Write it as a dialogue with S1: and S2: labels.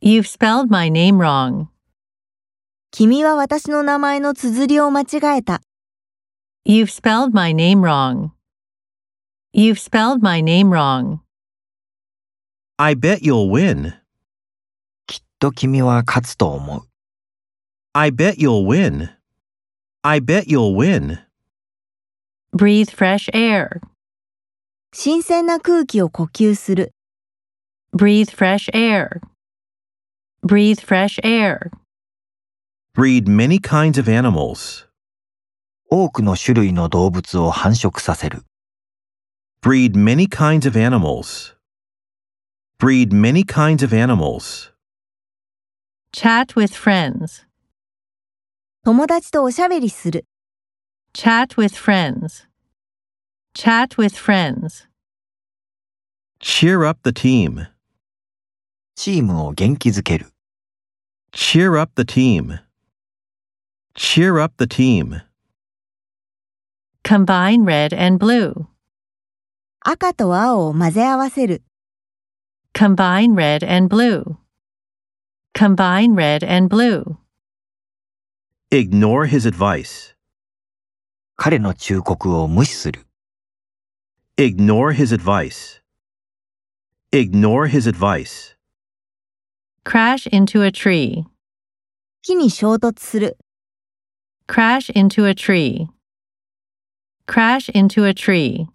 S1: You've spelled my name wrong.
S2: 君は私の名前の綴りを間違えた。
S1: You've spelled my name wrong. You've spelled my name wrong.
S3: I bet you'll win.
S4: きっと君は勝つと思う。
S3: I bet you'll win. I bet you'll win.
S1: Breathe fresh air.
S2: 新鮮な空気を呼吸する。
S1: Breathe fresh air. Breathe fresh air.
S3: Breed many kinds of animals.
S4: 多くの種類の動物を繁殖させる。
S3: Breed many kinds of animals. Breed many kinds of animals.
S1: Chat with friends.
S2: 友達とおしゃべりする。
S1: Chat with friends. Chat with friends.
S3: Cheer up the team.
S4: チームを元気づける。
S3: Cheer up the team. Cheer up the team.
S1: Combine red and blue.
S2: 赤と青を混ぜ合わせる。
S1: Combine red and blue. Combine red and blue.
S3: Ignore his advice.
S4: 彼の忠告を無視する。
S3: Ignore his advice. Ignore his advice.
S1: Crash into a tree.
S2: 木に衝突する。
S1: Crash into a tree. Crash into a tree.